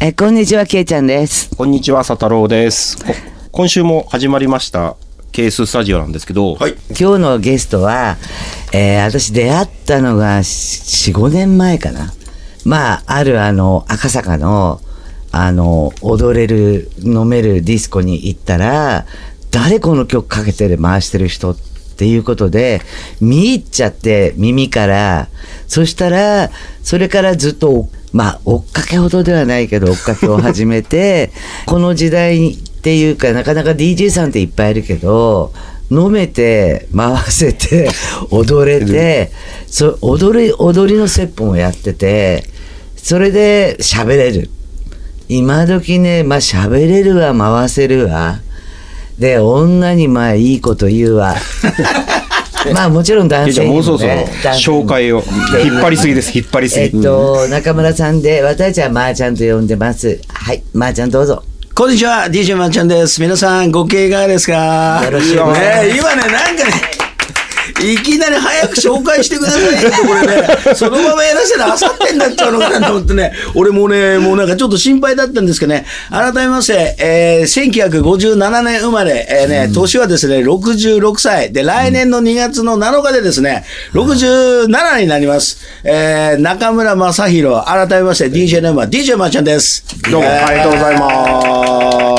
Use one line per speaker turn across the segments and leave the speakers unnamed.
え、こんにちは、けいちゃんです。
こんにちは、佐太郎です。こ今週も始まりました、ケーススタジオなんですけど、
はい。
今日のゲストは、えー私出会ったのが4、5年前かな。まあ、あるあの、赤坂の、あの、踊れる、飲めるディスコに行ったら、誰この曲かけてる、回してる人っていうことで、見入っちゃって、耳から。そしたら、それからずっと、まあ、追っかけほどではないけど、追っかけを始めて、この時代っていうか、なかなか DJ さんっていっぱいいるけど、飲めて回せ て踊れてそ踊り踊りのセップもやっててそれで喋れる今時ねまあ喋れるわ回せるわで女にまあいいこと言う わまあもちろん
ケ
男
イちゃ
性
ん
にも、ね、
もうそろそろ
男性にも
紹介を、引っ張りすぎです、引っ張りすぎ。
えっと中村さんで私はまーちゃんと呼んでますはいまー、ちゃんどうぞ
こんにちは、DJ まんちゃんです。皆さん、ご経営いかがですか
よろしくお願いしま
ね今ね、
す
なんかね、いきなり早く紹介してくださいよ、これね。そのままやらせたら、あさってになっちゃうのかなと思ってね。俺もね、もうなんかちょっと心配だったんですけどね。改めまして、えー、1957年生まれ、えーね、年はですね、66歳。で、来年の2月の7日でですね、67になります。えー、中村正宏、改めまして DJ ネームは DJ まんちゃんです。
どうも、
えー
ありがとうござい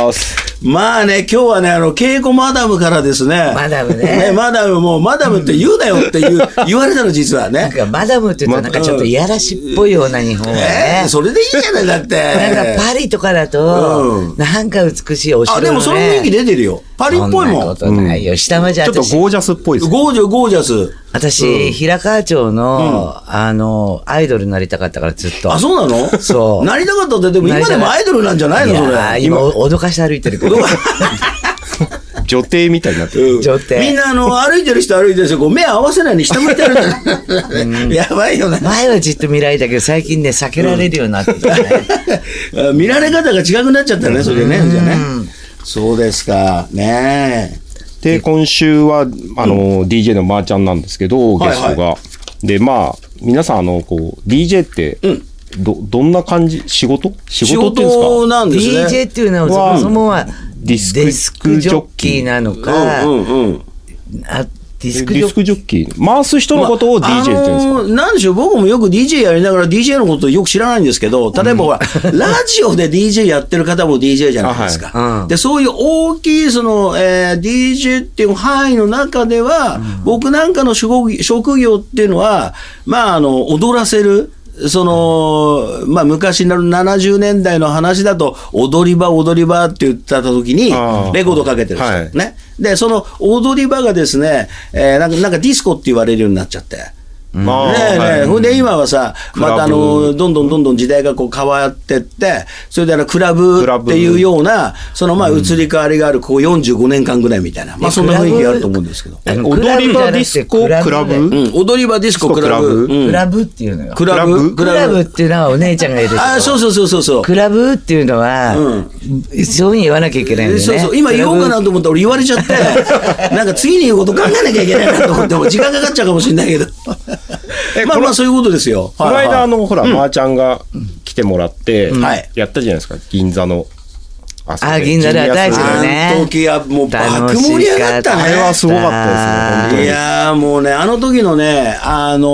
ます。
まあね、今日はね、あの、稽古マダムからですね。
マダムね
マダムも、マダムって言うなよっていう、言われたの、実は
なん
ね。
かマダムって言うとなんかちょっといやらしいっぽいような日本はね、
えーそれでいいじゃない、だって。
なんかパリとかだと、
う
なんか美しいお城、ね、
あ、でもその雰囲気出てるよ。パリっぽい
そんな
もん
こ。とないよ。下町
ちょっと
私、
ゴージャスっぽいです。
ゴージャス、ゴージャス。
私、平川町の、あの、アイドルになりたかったからずっと。
あ、そうなの
そう
なりたかったって、でも
なり
今
た
で
かった
もアイドルなんじゃないの、そ
やー
れ。
今、脅かして歩いてるけど。
女帝みたいになってる。
うん
女帝
みんなあの歩いてる人歩いてる人こう目合わせないように下向いて歩いてる やばいよな
前はじっと見られたけど、最近ね、避けられるようになってきたね。
あ見られ方が違くなっちゃったね、それね。じゃあね。そうですか。ね
で、今週は、あの、DJ のまーちゃんなんですけど、
はい
ゲ
はい
ストが。で、まあ、皆さん、あの、こう、DJ って、ど、どんな感じ仕事
え。
仕
仕
事っていうんですか
事なんですね。
DJ っていうのは、そもそもは、
ディスク
ジョッキーなのか、
うんうんうん。
あディス
え
ク
デ
ジョ
ィ
ッ
スクジョッキー。回す人のことを DJ って言うんですか、
あのーなんでしょう、僕もよく DJ やりながら DJ のことよく知らないんですけど、例え ばほら、ラジオで DJ やってる方も DJ じゃないです
あはい
か
うん。
で、そういう大きい、その、えー DJ っていう範囲の中では、僕なんかの職業職業っていうのは、まあ、あの、踊らせる。その、まあ、昔の70年代の話だと、踊り場、踊り場って言ってた時に
あー、
レコードかけてる人、
はい
ね。で、その踊り場がですね、えーなんか、なんかディスコって言われるようになっちゃって。
うん
ねえねえ、
はい
ほんで今はさ、
ラブ
またあの、どんどんどんどん時代がこう変わってって、それであの、クラブ
クラ
っ
ブ
ていうような、そのまあ移り変わりがある、こう45年間ぐらいみたいな、まあそんな雰囲気があると思うんですけど。
あの
踊
クラブ
り
じゃなくて
場ディスコ
ク
ク
ラ
ラ
ブ
ブ
うん、踊り場、ディスコ、
ディスコ
クラブ。
ク
うん
クラブっていうのよ。
クラブ、
クラブっていうのはお姉ちゃんがいるとこ
あ、そうそうそうそうそう。
クラブっていうのは、そういうふうに言わなきゃいけないんだよね。
そうそう、今言おうかなと思ったら俺言われちゃ って、なんか次に言うこと考えなきゃいけないなと思って、もう時間かかっちゃうかもしれない けど。まあまあそういうことですよ。
この
はいはい
間、あの、ほら、まーちゃんが来てもらって
はい、
やったじゃないですか、銀座の。あ
あ銀座で
ジュニアス
大事だね
あの時はもう爆
楽し
盛り上
か
が
っ
った
た
ね。
あれはすごかったですね本当
い
に
やーもうね、あの時のね、あの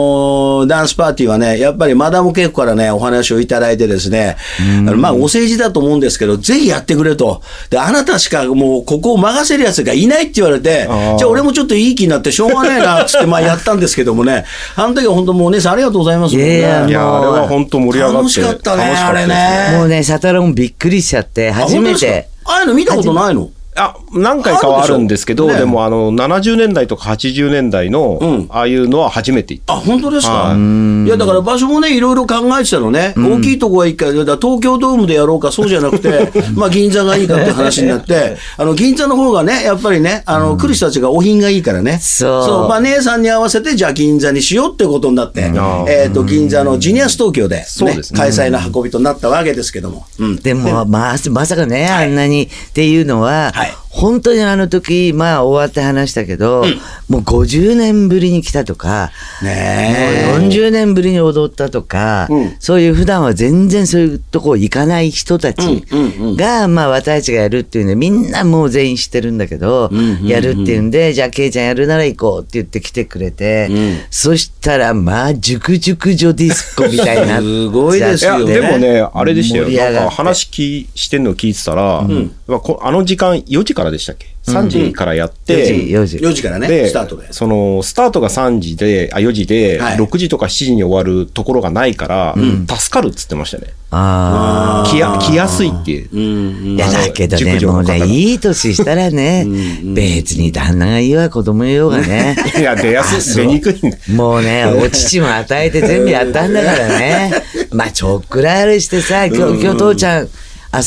ーダンスパーティーはね、やっぱりマダム稽古からね、お話をいただいてですね、あのまあ、お世辞だと思うんですけど、ぜひやってくれと。で、あなたしかもう、ここを任せる奴がいないって言われて、じ
あー
ゃあ俺もちょっといい気になってしょうがねえな、つって、まあ、やったんですけどもね、あの時は本当もうお姉さんありがとうございます。
いやいや
いや、あれは本当盛り上がって。
楽しかったね
楽しか
あれね
もうね、サタロンびっくりしちゃって、
あ
初め。
本当です。か
て
ああいうの見たことないの
あ、何回かはあるんですけど、
あるでしょ
でも、あの、70年代とか80年代の
ん、
ああいうのは初めて行った。
あ、本当ですか、、
はい
や、だから場所もね、いろいろ考えてたのね。大きいとこがいいか、だから東京ドームでやろうか、そうじゃなくて、まあ銀座がいいかって話になって、あの、銀座の方がね、やっぱりね、あの、来る人たちがお品がいいからね。
そう
まあ姉さんに合わせて、じゃあ銀座にしようってことになって、
ん
えっと、銀座のジュニアス東京で,、ね
そうですね
開催の運びとなったわけですけども。うん。
でも、まあ、まさかね、あんなにっていうのは、
はい
本当にあの時、まあ終わって話したけど、もう50年ぶりに来たとか、
ねえ。
もう40年ぶりに踊ったとか、
うん
そういう普段は全然そういうとこ行かない人たち
うんうんうん
が、まあ私たちがやるっていうんで、みんなもう全員知ってるんだけど、
んうんうん
やるっていうんで、じゃあケイちゃんやるなら行こうって言って来てくれて、
うん
そしたら、まあ、熟熟女ディスコみたいになっちゃ って
すごいです
いや、
よね
でもね、あれでした
盛り上が
よ。
って
なんか話きしてんの聞いてたら、まあこあの時間4時からでしたっけ ?3 時からやっ
4時
て、、
4時。
4時からね、
で、
スタートで。
その、スタートが3時で、あ、4時で、
はい
6時とか7時に終わるところがないから、助かるっつってましたね。
ああ。
来や、来やすいって。
うん
いやだけど
あ
ね、
の熟女の
もう
方
ね、
々
いい年したらね、別に旦那がいいわ、子供いようが ね。
いや、出やすい、出にくいんだ。
もうね、お乳も与えて全部やったんだからね。まあ、ちょっくらいあれしてさ、今日、今日父ちゃん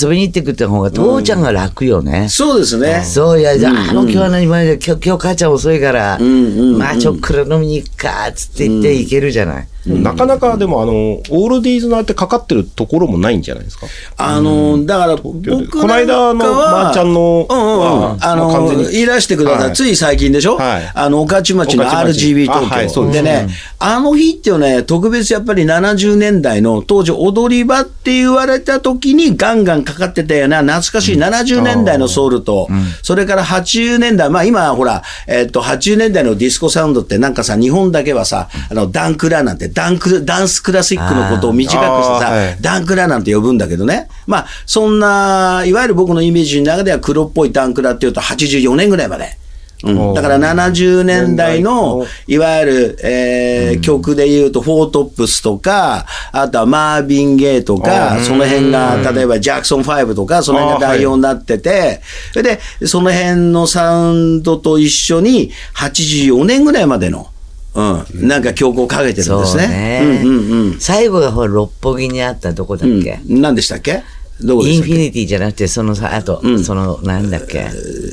遊びに行ってくって方が、父ちゃんが楽よね。
そうですね。
そういや、じゃあ、あの、今日は何前で、今日、今日母ちゃん遅いから、
んうんうん
まあ、ちょっくら飲みに行くか、つって言って行けるじゃない。
なかなか、でも、あの、オールディーズのあってかかってるところもないんじゃないですか。
あの、だから、僕なんかは
この間のまーちゃんの
うんうんう
は
ん、あ
もう
の
完全、に
いらしてくださ。
はいい
つい最近でしょ
はい
あの、御徒町の
御徒町
RGB
あはい
東
そ
京。
うで
ですね、あの日っていうね、特別やっぱり70年代の当時踊り場って言われた時にガンガンかかってたような懐かしい70年代のソウルと、それから80年代、まあ今ほら、えっと、80年代のディスコサウンドってなんかさ、日本だけはさ、あの、ダンクラなんて、ダンク、ダンスクラシックのことを短くして
あーはい
さ、ダンクラなんて呼ぶんだけどね。まあ、そんな、いわゆる僕のイメージの中では黒っぽいダンクラっていうと84年ぐらいまで。うん、だから70年代の、いわゆる、えー曲で言うと、フォートップスとか、あとはマービン・ゲイとか、その辺が、例えばジャクソン5とか、その辺が代表になってて、それで、その辺のサウンドと一緒に、84年ぐらいまでの、うん、なんか曲をかけてるんです
そう
ね。
ね
うんうんうん。
最後がほら、六本木にあったとこだっけ、
うん、何でしたっけどこで
イ
し
ン
たっ
フィニティじゃなくて、そのさ、あと、その、なんだっけ、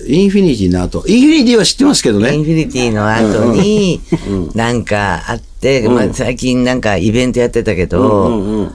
けインフィニティの後。インフィニティは知ってますけど
イン
ね。
フィニティの後に、なんかあって、まあ、最近なんかイベントやってたけど、
うんうん。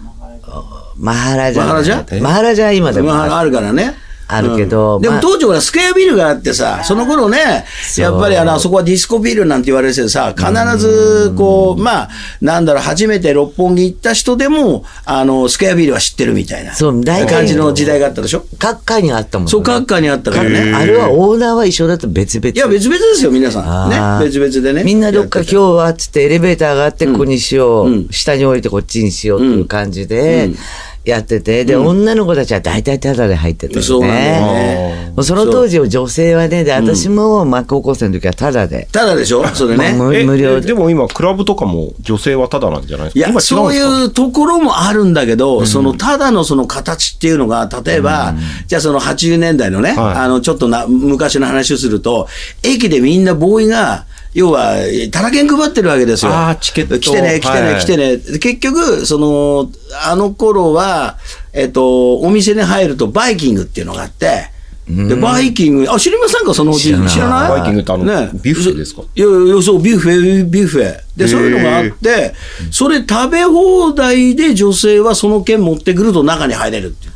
マハラジャ
マハラジャ
マハラジャは今でも
まあ、
あ
あ
る
るからね。
あるけど
うんで
ま
も
あ
当時はスクエアビルがあってさ、その頃ね、
そう
やっぱりあの、あそこはディスコビルなんて言われててさ、必ず、こう、まあ、なんだろう、初めて六本木行った人でも、あの、スクエアビルは知ってるみたいな。
そう大体
感じの時代があったでしょ
各界にあったもんね
そう、各家にあったからね。
あれはオーナーは一緒だと別々
いや、別々ですよ、皆さん。ね
あ。ー
別々でね。
みんなどっか今日はっつってエレベーター上がってここにしよう、下に降りてこっちにしようっていう感じでやってて、で、女の子たちは大体タダで入ってたよね。
そうなんだよね
もうその当時は女性はね、で、私も、まあ高校生の時はタダで。
ただでしょそれね。
もう無
え
無料
え
で
でも今、クラブとかも女性はタダなんじゃないです
い
か
や、そう
う
いうところもあるんだけど、そのただのその形っていうのが、例えば、じゃあその80年代のね、
はい
あの、ちょっとな、昔の話をすると、駅でみんなボーイが、要は、たらけん配ってるわけですよ。
あーチケット
来てね、来て
は
ね、
い
来てね。結局、その、あの頃は、えっと、お店に入るとバイキングっていうのがあって、で、バイキング、あ、知りませんかそのうち。知
知らな
らない
い
バイキングってあのビュッフェですか
いやいや、そう、ビュッフェ、ビュッフェ。で、そういうのがあって、それ食べ放題で女性はその券持ってくると中に入れるっていう。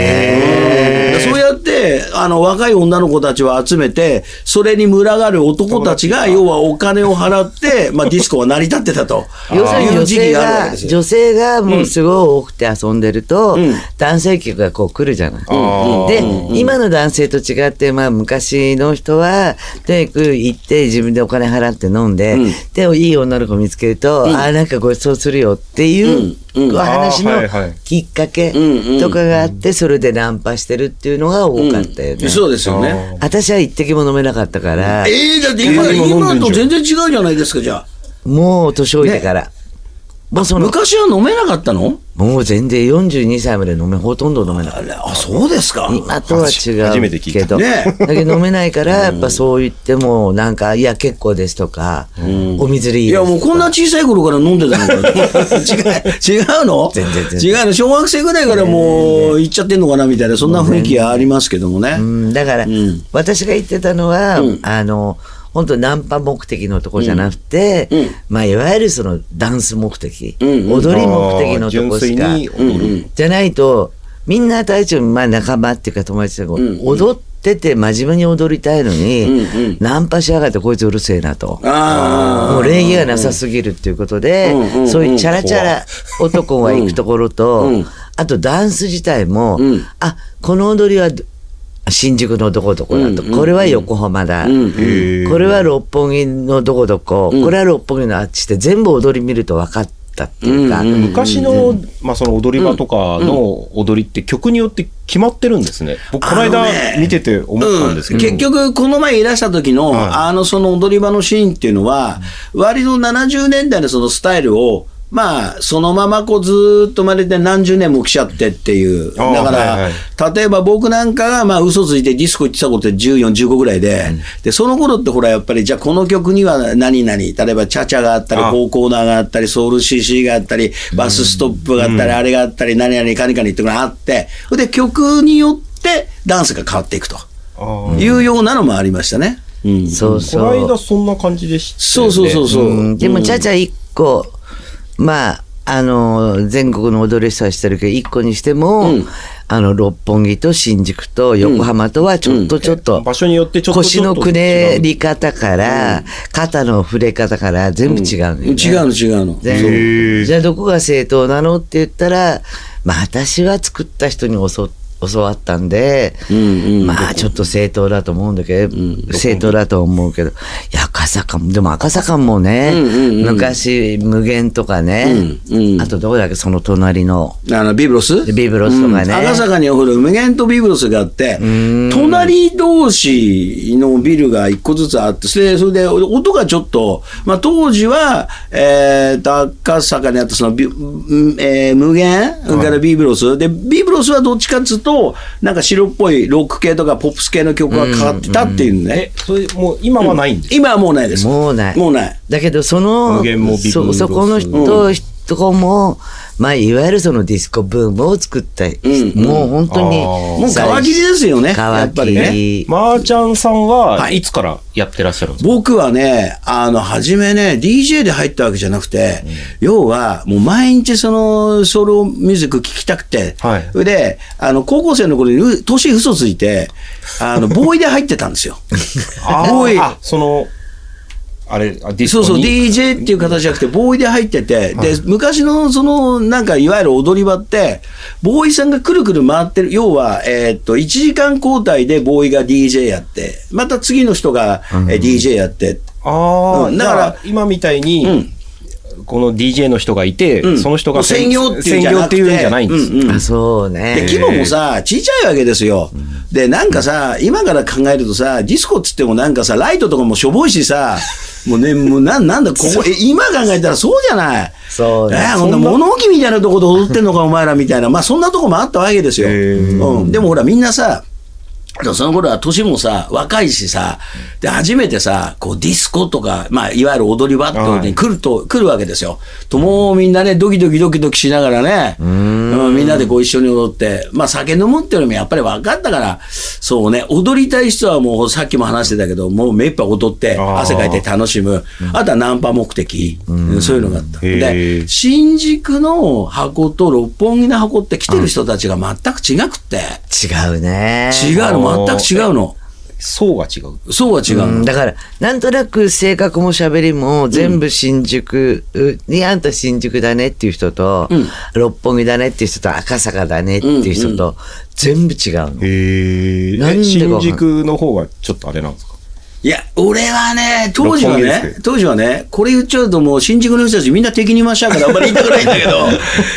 でそうやって、あの、若い女の子たちを集めて、それに群がる男たちが、要はお金を払 って、まあ、ディスコは成り立ってたと。
要するに
いう
女
時期
性
があるわけ
が、
ですよ。
女性がもうすごい多くて遊んでると、
ん
男性客がこう来るじゃない。
んうん
で、今の男性と違って、まあ昔の人は、とにかく行って自分でお金払って飲んで、で、いい女の子見つけると、ああ、なんかごちそうするよっていう、
うんうん
お話
あー
の
はいはい
きっかけ
うんうん
とかがあって、それでナンパしてるっていうのが多かったよね。
そうですよね。
私は一滴も飲めなかったから、
ええだって今、
えー今飲んでんじゃ
今
ん
と全然違うじゃないですか、じゃあ。
もう年老いてから。もうその、
昔は飲めなかったの
もう全然42歳まで飲め、ほとんど飲めなかった
あれあ、そうですか。
今とは違う
初めて聞いた
けど、
ね
だけど飲めないから、やっぱそう言っても、なんか、いや、結構ですとか、お水でいい
い
です
や
とか。
もうこんな小さい頃から飲んでたの かな違う、違うの
全然全然
違うの小学生ぐらいからもう行っちゃってんのかなみたいな、そんな雰囲気はありますけどもね。
うん、だから、
ん
私が言ってたのは、あの、本当ナンパ目的のとこじゃなくて、まあ、いわゆるそのダンス目的、
うん
踊り目的のとこし
あ
か
ー純粋に踊る
じゃないと、みんな大丈夫、まあ仲間っていうか友達とか、踊っってて真面目に踊りたいのに、
うんうん
ナンパしやがってこいつうるせえなと。
ああ。
もう礼儀がなさすぎるっていうことで、
うんうんうん
そういうチャラチャラ男が行くところと、
うんうん
あとダンス自体も、
うん
あ、この踊りは新宿のどこどこだと、
うんうんうん
これは横浜だ、
うん
へー
これは六本木のどこどこ、これは六本木のあっちで全部踊り見ると分かったっていうか、
うんうん
昔の、まあ、その踊り場とかの踊りって曲によって決まってるんですね。僕、この間
あのね
見てて思ったんですけど。
結局、この前いらした時の、
はい
あの、その踊り場のシーンっていうのは、割と70年代のそのスタイルを、まあ、そのままこうずーっとまれて何十年も来ちゃってっていう。
あー
だから、
はい
例えば僕なんかが、まあ、嘘ついてディスコ行ってたことって14、15ぐらいで、で、その頃ってほら、やっぱり、じゃあこの曲には何々、例えば、チャチャがあったり、
あ
フォーコーナーがあったり、ソウル CC があったり、バスストップがあったり、あれがあったり、何々、カニカニってのがあって、それで曲によってダンスが変わっていくと。
あー
いうようなのもありましたね。うん
そう
こ
そう。
の間そんな感じでしたよ
そ
ね
うそうそうそう。
うんでも、ちゃちゃ1個、まあ、あの、全国の踊り人はしてるけど、1個にしても、
うん
あの、六本木と新宿と横浜とはちょっとちょっと、
場所によってちょっと
腰
ちょっ
の
と
くねり方から、肩の触れ方から全部違うんだよね。
違うの違うの。
で
へー
じゃあどこが正当なのって言ったら、まあ私は作った人に教教わったんで、
うんうん
まあちょっと正当だと思うんだけど、正当だと思うけど、いや、赤坂も、でも赤坂もね、
うんうんうん
昔、無限とかね、
うんうん
あとどこだっけ、その隣の、
あの、ビブロス
ビブロスとかね
うん赤坂にお風呂、無限とビブロスがあって、隣同士のビルが一個ずつあって、それで、それで音がちょっと、まあ当時は、えー、と赤坂にあったそのビ、うんえー無限それからビブロス。で、ビブロスはどっちかっつうと、なんか白っぽいロック系とかポップス系の曲がかかってたっていうね。
えそれもう今はないんです、
今はもうないです。
もうない。
もうない。
だけど、その
無限も、ビブロ
そ、
ス
そこの人、
う
とこも、まあ、いわゆるそのディスコブームを作った、
うん
もう本当に
あー、
もう皮切りですよねやっぱりね
皮切り
マーちゃんさんは
はい
いつからやってらっしゃるんですか、
僕はね、あの、初めね、DJ で入ったわけじゃなくて、要は、もう毎日その、ソロミュージック聴きたくて、
はい
それで、あの、高校生の頃にう、年嘘ついて、あの、ボーイで入ってたんですよ。
あー
ボーイ
あそのあれあディス
そ
コ
う
に
そう、DJ っていう形じゃなくて、ボーイで入ってて、で、昔の、その、なんか、いわゆる踊り場って、ボーイさんがくるくる回ってる、要は、えーっと、1時間交代でボーイが DJ やって、また次の人が、えー DJ やって、
ああ、
うん
だ
だ
か
から
ら今みたいに、この DJ の人がいて、
うん
その人が
専業っていうん
専
じゃ
業
な
っ
くて
ていうんじゃないんです、
うんうん
あそうね。
で、規模もさ、ちっちゃいわけですよ。で、なんかさ、今から考えるとさ、ディスコっつってもなんかさ、ライトとかもしょぼいしさ、もうね、もうなんなんだ、ここ、え今考えたらそうじゃない。
そうね
えほんな物置みたいなとこで踊ってんのか、お前らみたいな。まあ、そんなとこもあったわけですよ。
へー
うん。でもほら、みんなさ、でもその頃は年もさ、若いしさ、で、初めてさ、こうディスコとか、まあ、いわゆる踊り場ってことに来ると、来るわけですよ。と、もうみんなね、ドキドキドキドキしながらね、うんみんなでこう一緒に踊って、まあ、酒飲むっていうのもやっぱり分かったから、そうね、踊りたい人はもうさっきも話してたけど、もう目いっぱい踊って、
あー
汗かいて楽しむ。あとはナンパ目的。うんそういうのがあった。
へー
で、新宿の箱と六本木の箱って来てる人たちが全く違くって、
違うね。
違うの、全く違うの。
層が違う
そうは違うの。
うんだから、なんとなく性格も喋りも全部新宿に、あんた新宿だねっていう人と、
うん
六本木だねっていう人と赤坂だねっていう人と、全部違うの。
へ
なんで
え
か
新宿の方がちょっとあれなんですか
いや、俺はね、当時は
六本木で
ね
す、
当時はね、これ言っちゃうともう新宿の人たちみんな敵に回しちゃうからあんまり言いたくないんだけ ど、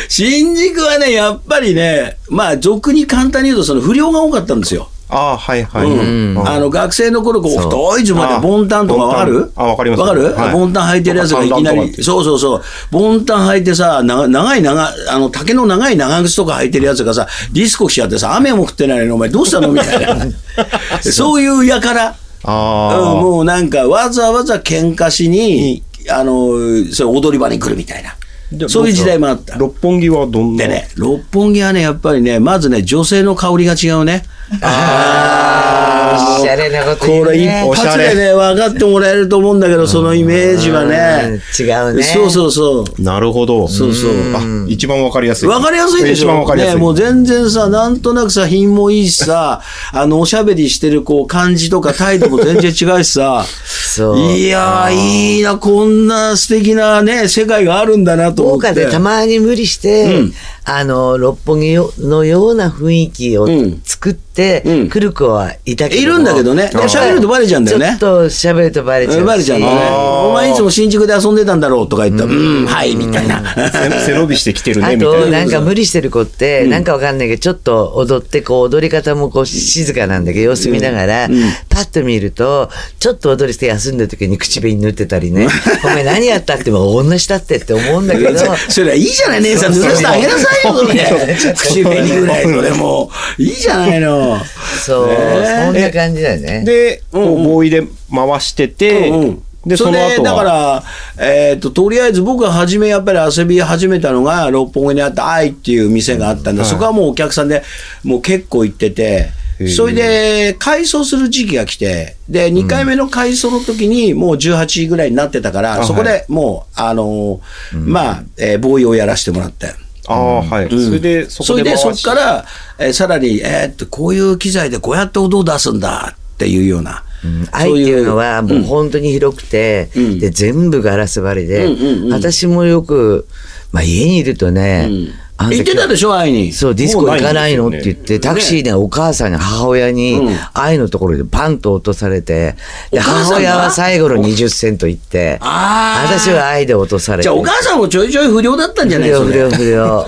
新宿はね、やっぱりね、まあ俗に簡単に言うとその不良が多かったんですよ。
ああはいはい、
うんあの学生の頃こう
そう
太いズボンで
あ
ボンタンとかわか
ボン
る
タンあわかります
わかる、
はい
ボンタン履いてるやつがいきな
なんか短パンとかって
り、そうそうそう、ボンタン履いてさ、長長い長い、あの、竹の長い長靴とか履いてるやつがさ、ディスコしちゃってさ、雨も降ってないのにお前どうしたのみたい な。そういうやから。
あ
うん、
あ、
もうなんかわざわざ喧嘩しに、あの、それ踊り場に来るみたいな
じゃ。あ
そういう時代もあった。
六本木はどんな
でね、六本木はね、やっぱりね、まずね、女性の香りが違うね。ああ
おしゃれなこと言うね
これ一
おしゃ
発
れ
でね、分かってもらえると思うんだけど、そのイメージはね。
うん違うね
そうそうそう。
なるほど。そうそう。あ、一番わかりやすい。
わかりやすいでしょ。
一番わかりやすい。
ね、もう全然さ、なんとなくさ、品もいいしさ、あの、おしゃべりしてるこう、感じとか態度も全然違うしさ。
そう
いやー、いいな、こんな素敵なね、世界があるんだなと思
豪
って。
華でたまに無理して、あの六本木のような雰囲気を
うん
作って、
うん
来る子はいたけども
いるんだけどね
やっぱり
喋るとバレちゃうんだよね
ちょっと喋るとバレちゃうし
バレちゃうんだね
あ。ー
お前いつも新宿で遊んでたんだろうとか言ったら、うん、はい、みたいな。
背背伸びしてきてるね、
あ
みた
と
いな。
なんか無理してる子って、なんかわかんないけどちょっと踊ってこう踊り方もこう静かなんだけど様子見ながら、パッと見るとちょっと踊りして休んだ時に口紅塗ってたりねお前何やったっても同じだってって思うんだけど
それはいいじゃない、姉さん。濡らしてあげなさいよ、それ口紅ぐらい、それもう。いいじゃないの。
そう、そんな感じだよね
で、こう合意で回してて
うんうん、
で、
そ
その
れで
後
だか
は。
ら、えー、ととりあえず僕が初めやっぱり遊び始めたのが六本木にあった「愛」っていう店があったんで、そこはもうお客さんでもう結構行ってて
へえ
それで改装する時期が来てで2回目の改装の時にもう18時ぐらいになってたから、
あ
そこ
は
でもうあのーまあ、えーボーイをやらせてもらって。
ああ、はい。それで、そ
そ
こ
れ
で
で
回し
そこから、えーさらに、えーっとこういう機材でこうやって音を出すんだっていうような、
愛っていうのはもう本当に広くて、
ん
で全部ガラス張りで、
うんうんうん
私もよく、まあ、家にいるとね、あんた
行ってたでしょ、愛に。
そう、ディスコ行かないの
も
っ
うな
て
いんです
言
よね
って、タクシーでお母さんに、母親に、愛のところでパンと落とされて、
お
で
母さんが
母親は最後の20セント行って、
あー
私は愛で落とされて。
じゃあ、お母さんもちょいちょい不良だったんじゃ
不
ないで
良
す
不良
か。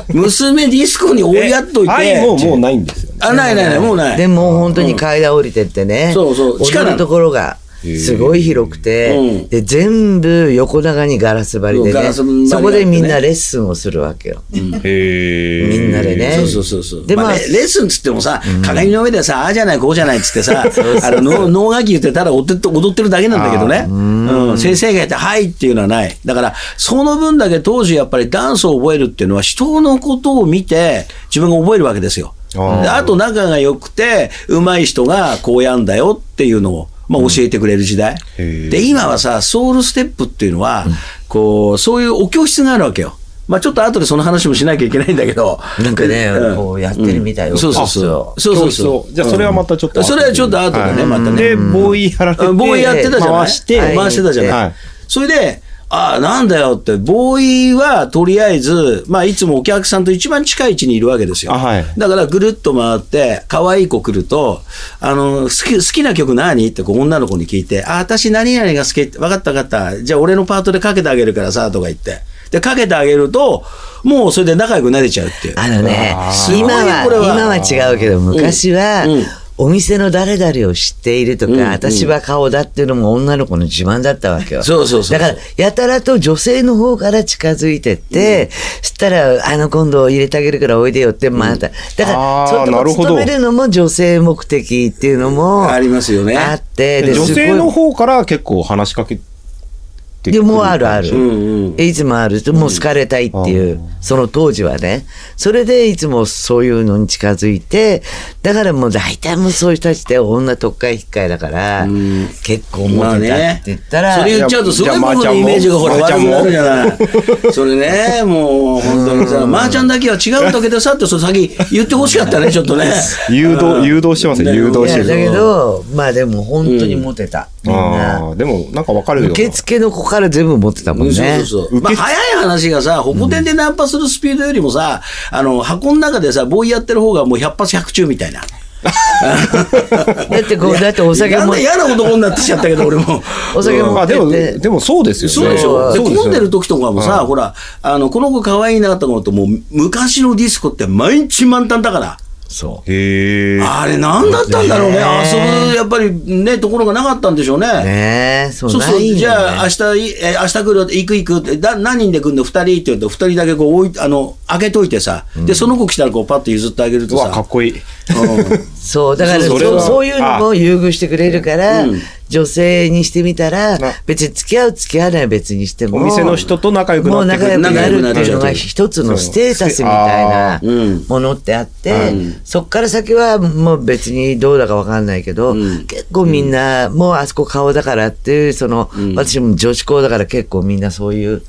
不良。
娘ディスコに追いやっといて。
愛ももうないんですよね。
あ、ないないない、もうない。
でも本当に階段降りてってね、
んそうそう地下な
踊
の
るところがすごい広くて、
うん
で全部横長にガラス張りで
ガ
ね
ラス張りになってね
そこでみんなレッスンをするわけよ、
へえ。
みんなでね
そうそうそうそう。
で
まあ、
まあ
レレッスンつってもさ、鏡の上でさ、ああじゃない、こうじゃないっつってさ、あの、の能楽器言ってただ踊って踊ってるだけなんだけどね。うん。先生がやって、はいっていうのはない。だから、その分だけ当時やっぱりダンスを覚えるっていうのは、人のことを見て、自分が覚えるわけですよ。
あー
であと、仲が良くて、上手い人がこうやんだよっていうのを、まあ、教えてくれる時代。
へー
で、今はさ、ソウルステップっていうのは、こう、そういうお教室があるわけよ。まあちょっと後でその話もしなきゃいけないんだけど。
なんかね、
うん
こうやってるみたいよ、
そうそうそ。
そう
そうそうそ
教室
う。
をじゃあそれはまたちょっと
うんそれはちょっと後でね、
はい
またね。
でボーイやられて
うんボーイやってたじゃない。
回して
回してたじゃない。
はい
それで、ああ、なんだよって、ボーイはとりあえず、まあ、いつもお客さんと一番近い位置にいるわけですよ。
あはい
だから、ぐるっと回って、可愛い子来ると、あの、好き、好きな曲何ってこう女の子に聞いて、あ、私何々が好きって、分かった分かった。じゃあ、俺のパートでかけてあげるからさ、とか言って。で、かけてあげると、もうそれで仲良くなれちゃうっていう。
あのね
すごい
今は
これは
今は違うけど昔は、
うん
お店の誰々を知っているとか、
うんうん
私は顔だっていうのも女の子の自慢だったわけよ。
そうそうそう
だから、やたらと女性の方から近づいてって、そしたら、あの、今度入れてあげるからおいでよって、また。だか
あ
ら、
ー
ちょっ
なる
と
ほど
勤めるのも女性目的っていうのも。
ありますよね
あって、
女
すごい
性の方から結構話しかけてくる
でもうあるある、
んうん
いつもあるもう好かれたいっていう、その当時はねそれでいつもそういうのに近づいてだからもう大体もうそういう人たちって女特会引っかいだから、結構モテたって言ったら、
それ言っちゃうとすごい僕のイメージがほら
じゃ
悪
あ
くな
ま
る
ー
じ
ち
ゃ ない。それね、もう本当にさ、まーちゃんだけは違うんだけどさってその先言ってほしかった ね、ちょっとね。
誘導誘導してますね誘導
い
して
や
る
だけどまあでも本当にモテた、みん
あ
な
あでもなんかわかるよ
受付の子から全部モテたもんね、
そうそうそう。まあ、
受け
早い話がさ、ホコ天でナンパするスピードよりもさ、あの、箱の中でさ、ボーイやってる方がもう100発100中みたいな。
だってこうだってお酒
なん
も
で嫌な男になってきちゃったけど、俺 も。
お酒
ま
も
あでも
って
でもそうですよね
そうでしょ。で、
そうですよ
混んでる時とかもさ、ほら、あの、この子可愛いなと思うと、もう、昔のディスコって毎日満タンだから。
そう
へえ
あれ何だったんだろうね。
ね
遊ぶ、やっぱりね、ところがなかったんでしょうね。
ねえそう
そう
ない
そ
よ
う、
ね
じゃあ明日い、え明日来るよ、行く行くって、だ何人で来るの ?2 人って言うと、2人だけこう置い、あの、開けといてさ、で、その子来たらこう、パッと譲ってあげる
う
と
わか
さ
っ、こいい
うん
そう、だから
そう
そ
それは
うそういうのも優遇してくれるから、女性にしてみたら
ね、
別に付き合う付き合わないは別にしても。
お店の人と仲良くなってく
もう
る
仲良くなるっていうの
仲良くな
が
っちゃう
一つのステータスみたいな
そううん
ものってあって、
うん
そっから先はもう別にどうだかわかんないけど、
うん
結構みんな、もうあそこ顔だからっていう、その、私も女子校だから結構みんなそういう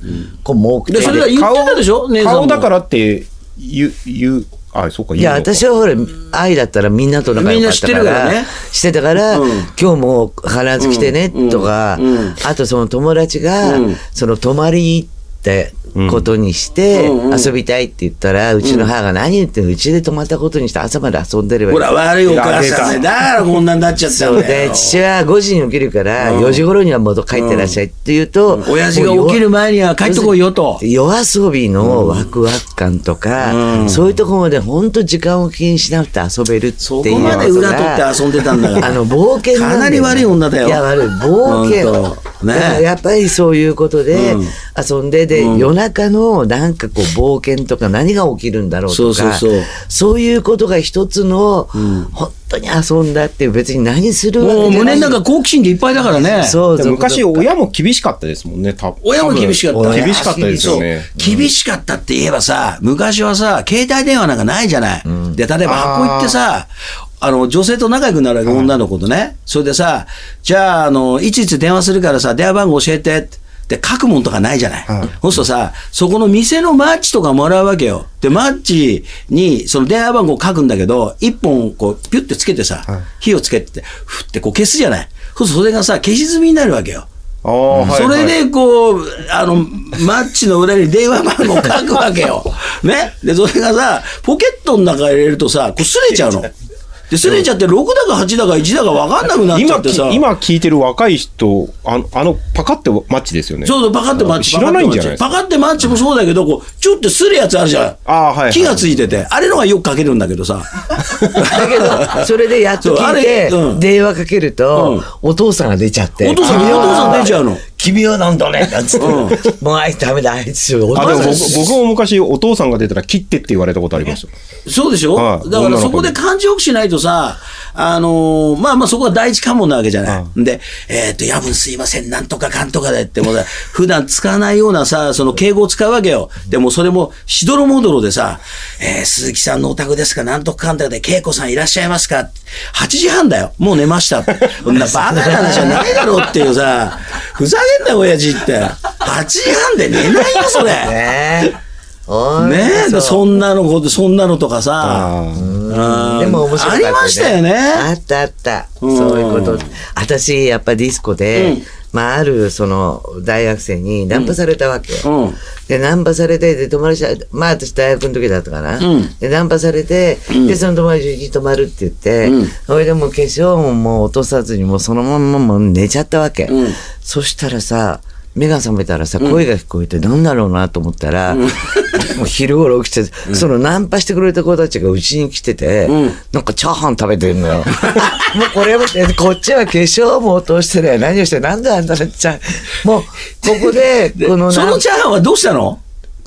子も多くて。
でそれは言ってたでしょ姉さんも
顔だからって言う、言う、あ、そうか、
いや、私はほら、愛だったらみんなと仲良かったから、
みんな知ってるからね
してたから、
うん
今日も必ず来てね、とか、
うんうん
あとその友達が、
うん
その泊まりに行って、ことにして
うんうん
遊びたいって言ったら、うちの母が何言ってんのうちで泊まったことにして朝まで遊んでればいい
ほら、悪いお母さんね。
いや出た
だからこんなになっちゃった
そ
ん
う
だ
で
よ。
父は5時に起きるから
うん
4時頃にはもう帰ってらっしゃいって言うと、
親父が起きる前には帰ってこいよと。
夜遊びのワクワク感とか、
うん
そういうところまで本当時間を気にしなくて遊べるっていう
そこまで裏取って遊んでたんだから
あの冒険んよね
かなり悪い女だよ
いや悪い冒
本
険
当ね
だからやっぱりそういうことで
うん
遊んでで、夜中のなんかこう冒険とか何が起きるんだろう
そ
と
う
か
そうそう
そういうことが一つの、本当に遊んだっていう別に何するわ
もう
けじゃな
胸
い
の中好奇心でいっぱいだからね。
そう
で
そう
昔、親も厳しかったですもんね、多分
親も厳しかった。
厳しかったですよね。
そう厳しかったって言えばさ、昔はさ、携帯電話なんかないじゃない。で、例えば
あー
箱行ってさ、あの、女性と仲良くなるわけ女の子とね。それでさ、じゃあ、あの、いついつ電話するからさ、電話番号教えてって。で、書くもんとかないじゃない。
はい
そうするとさ、そこの店のマッチとかもらうわけよ。で、マッチに、その電話番号書くんだけど、一本こう、ピュッてつけてさ、
はい
火をつけて、ふってこう消すじゃない。そうするとそれがさ、消し済みになるわけよ。
ああ、はい。
それ
はい、
でこう、あの、マッチの裏に電話番号書くわけ よ。ね。で、それがさ、ポケットの中入れるとさ、こう擦れちゃうの。で、擦れちゃって6だか8だか1だか分かんなくなっちゃ
今
って
き、
さ。
今聞いてる若い人、あの、あのパカってマッチですよね。
ちょうどパカってマッチ。
知らないんじゃないです
パ
か。
カってマッチもそうだけど、こう、ちょっと擦るやつあるじゃん。
ああ、はいはい。
火がついてて。あれのがよく書けるんだけど さ。
だけど、それでやっと聞いて
そうあれうん、
電話かけると、お父さんが出ちゃって。
お父さん、お
あー
父さん出ちゃうの。
君はなんだねなんつって。もうあいつダメだ、あいつ、お
あ、でも
父
僕
さん。
僕も昔お父さんが出たら切ってって言われたことありました。
そうでしょ、
はい
だから
女の子に
そこで感情よくしないとさ、あのーまあまあそこは第一関門なわけじゃない。
は
で、えっ、と、夜分すいません、なんとかかんとかでって、もうさ 普段使わないようなさ、その敬語を使うわけよ。でもそれも、しどろもどろでさ、えー鈴木さんのお宅ですか、なんとかかんとかで、恵子さんいらっしゃいますか ?8 時半だよ。もう寝ましたって。 そんなバカな話じゃないだろうっていうさ、ふざけんなよ、親父って。8時半で寝ないよ、それ。
ねほんと
ねえ、
そう
そんなのこと、そんなのとかさ。
あー
うん
でも面白かった、ね。
ありましたよね。
あったあった。
うん
そういうこと。私、やっぱディスコで、
うん
まあ、ある、その、大学生にナンパされたわけよ。
うん
で、ナンパされて、で、友達だ、まあ、私大学の時だったかな。
うん
で、ナンパされて、で、その友達に泊まるって言って、
うん
それでもう化粧ももう落とさずに、もうそのまんまもう寝ちゃったわけ。
うん
そしたらさ、目が覚めたらさ、声が聞こえて、なんだろうなと思ったら、 もう昼頃起きて、そのナンパしてくれた子たちがうちに来てて
うん、
なんかチャーハン食べてんのよ。 あもうこれも、えこっちは化粧も落としてね、何をして、なんだあんたらちゃん。もう、ここで、
で
この
そ
ナ
の
ン
チャーハンはどうしたの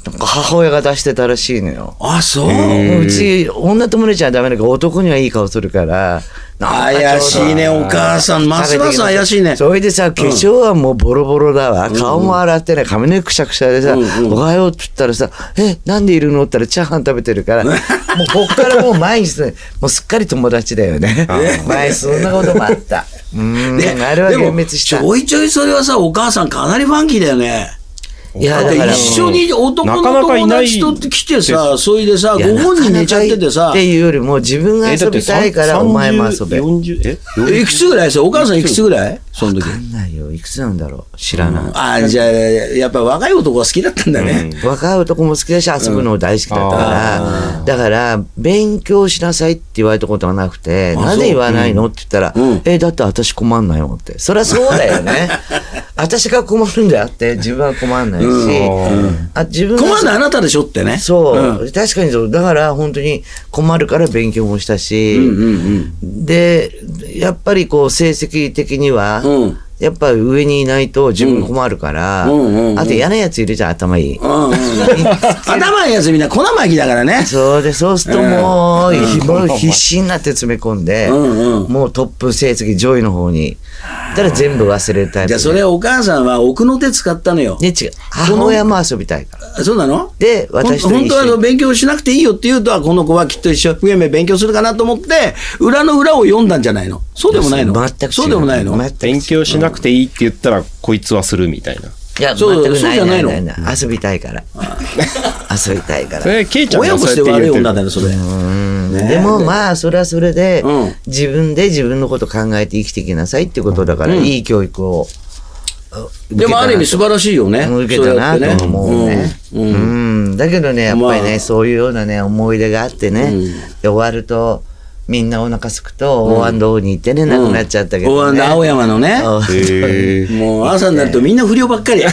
なんか母親が出してたらしいのよ。
あ、そう。
もううち、女友達はダメだけど、男にはいい顔するから。なんかちょうど
怪しいねお母さんますます怪しいね
それでさ、化粧はもうボロボロだわ。顔も洗ってない。髪の毛くしゃくしゃでさ、
うんうん
おはようって言ったらさ、え、なんでいるのって言ったらチャーハン食べてるから、もうこっからもう毎日ね、もうすっかり友達だよね。前、そんなこともあった。うーん、あれは
でも
幻滅した
ち。ょいちょいそれはさ、お母さんかなりファンキーだよね。
い
だ
や、だ
っ
か
て
ら。
一緒に男の
なかなかい
友
ない
達と来てさ、それでさ、
い
ご
や
本人寝ちゃってて
なかなか
さ
っ、ていうよりも、自分が
え、だ
遊
って
びたいから、お前も遊べ。わ
40え
いくつぐらいですよお母さんいくつぐらいその時
か。んないよ。いくつなんだろう知らない。
あ、じゃあ、やっぱ若い男が好きだったんだね。
若い男も好きだし遊ぶの大好きだったから、だから勉強しなさいって言われたことがなくて
あ
なぜ言わないのって言ったら、
うん
えだって私困んないよってそりゃそうだ よね私が困るんであって自分は困んないし、
うん
あ自分が
困るのあなたでしょってね。
そう、確かにそうだから本当に困るから勉強もしたし、
うんうんうん。
でやっぱりこう成績的には、
うん
やっぱ上にいないと自分困るから、
うんうんうんうん
あと嫌なやついるじゃん、頭 いい。
うんうん、頭いいやつみんな粉巻きだからね。
そうで、そうするともう、ひもう必死になって詰め込んで、
うんうん
もうトップ成績上位の方に。たら全部忘れるタイ
じ
プで。
ゃあそれお母さんは奥の手使ったのよ。
で、違う。母親も遊びたいから。
そうなの
で、私と
ほん本
一
当はあ
緒
の
に。
勉強しなくていいよって言うと、あこの子はきっと一生懸命勉強するかなと思って、裏の裏を読んだんじゃないのそうでもないの
全く違う
そうでもないの
全く違う
勉強しなくていいって言ったら、こいつはするみたいな。
いや、
そう
全く
そうじゃないの
ないないない遊びた いから。遊びたいから
そ。れ、ケイちゃん
親
が
と
そう
し
や
て
って
悪い
言って
女だ
る。
よ、それ。ね
でもまあそれはそれで、
うん
自分で自分のこと考えて生きていきなさいってことだから、いい教育を
でもある意味素晴らしいよね。
受けたな
そうやって
と思うね
うん
うんだけどねやっぱりね、
まあ
そういうようなね思い出があってね、
うん
で終わるとみんなお腹すくと O&O に行ってね、亡くなっちゃったけ
うん
ど、
大
ね
和青山のね。
へー
もう朝になるとみんな不良ばっかりや。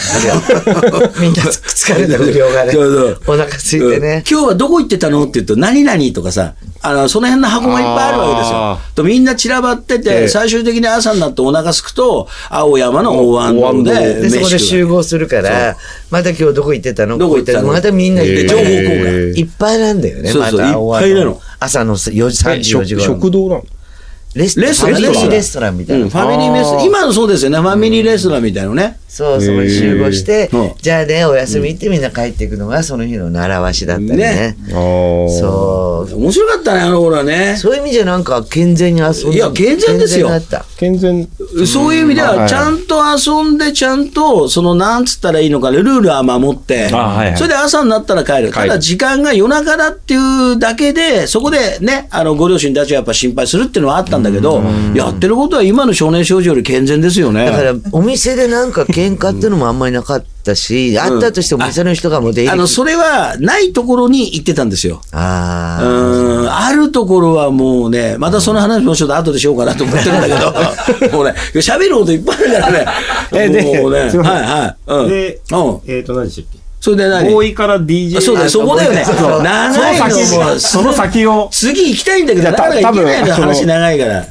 みんな疲れた不良がね
そうそう
お腹すいてね、
今日はどこ行ってたのって言うと、何々とかさ、あの、その辺の箱がいっぱいあるわけですよ
あ。
とみんな散らばって
え
て、
え
最終的に朝になってお腹すくと、青山の大安堂
大
で、
でそこで
飯食
集
う。
合するからまた今日どこ行ってたの
どこ行ってたの
またみんな行って
で情報交
へ
換。
ー
いっぱいなんだよね、
そうそう
また
いっぱいなの
あの朝の4時、3
え
時、4時
食
頃
食堂なの
レス
レストラン
ファミリーレストランみたいな。
うんファミリーレスト
あ
ラン。
ー
今のそうですよね、ファミリーレストランみたいなのね。
そう、そこに集合して
うん、
じゃあね、お休み行ってみんな帰っていくのがその日の習わしだったりね。
あー
そう。
面白かったね、あの頃はね。
そういう意味じゃなんか健全に遊ん
い
で
や健全ですよ
健全だった
健全。
そういう意味で
うんは
は、
い
ちゃんと遊んで、ちゃんと、その、なんつったらいいのかね、ルールは守って、
あはいはい
それで朝になったら帰る。
帰る
ただ、時間が夜中だっていうだけで、そこでね、あの、ご両親たちはやっぱ心配するっていうのはあったんだけど、やってることは今の少年少女より健全ですよね。
だから、お店でなんか喧嘩っていうのもあんまりなかったし、あったとしてもお店の人がもう出入
あ
り
の、それは、ないところに行ってたんですよ。う
あ
ーんあるところはもうね、またその話もちょっと後でしようかなと思ってるんだけど、もうね、喋ることいっぱいあるからね。
えで
もうね、はい
すいません
はい。うん。
で
うん。
えっと、何でしたっ
それで何
ボーイから DJ
あそうだよ、そこだよね。
そう
長いのもう、
その先を。
次行きたいんだけど、
じゃあ
なかなか
た
行けないの
多分
話長いから。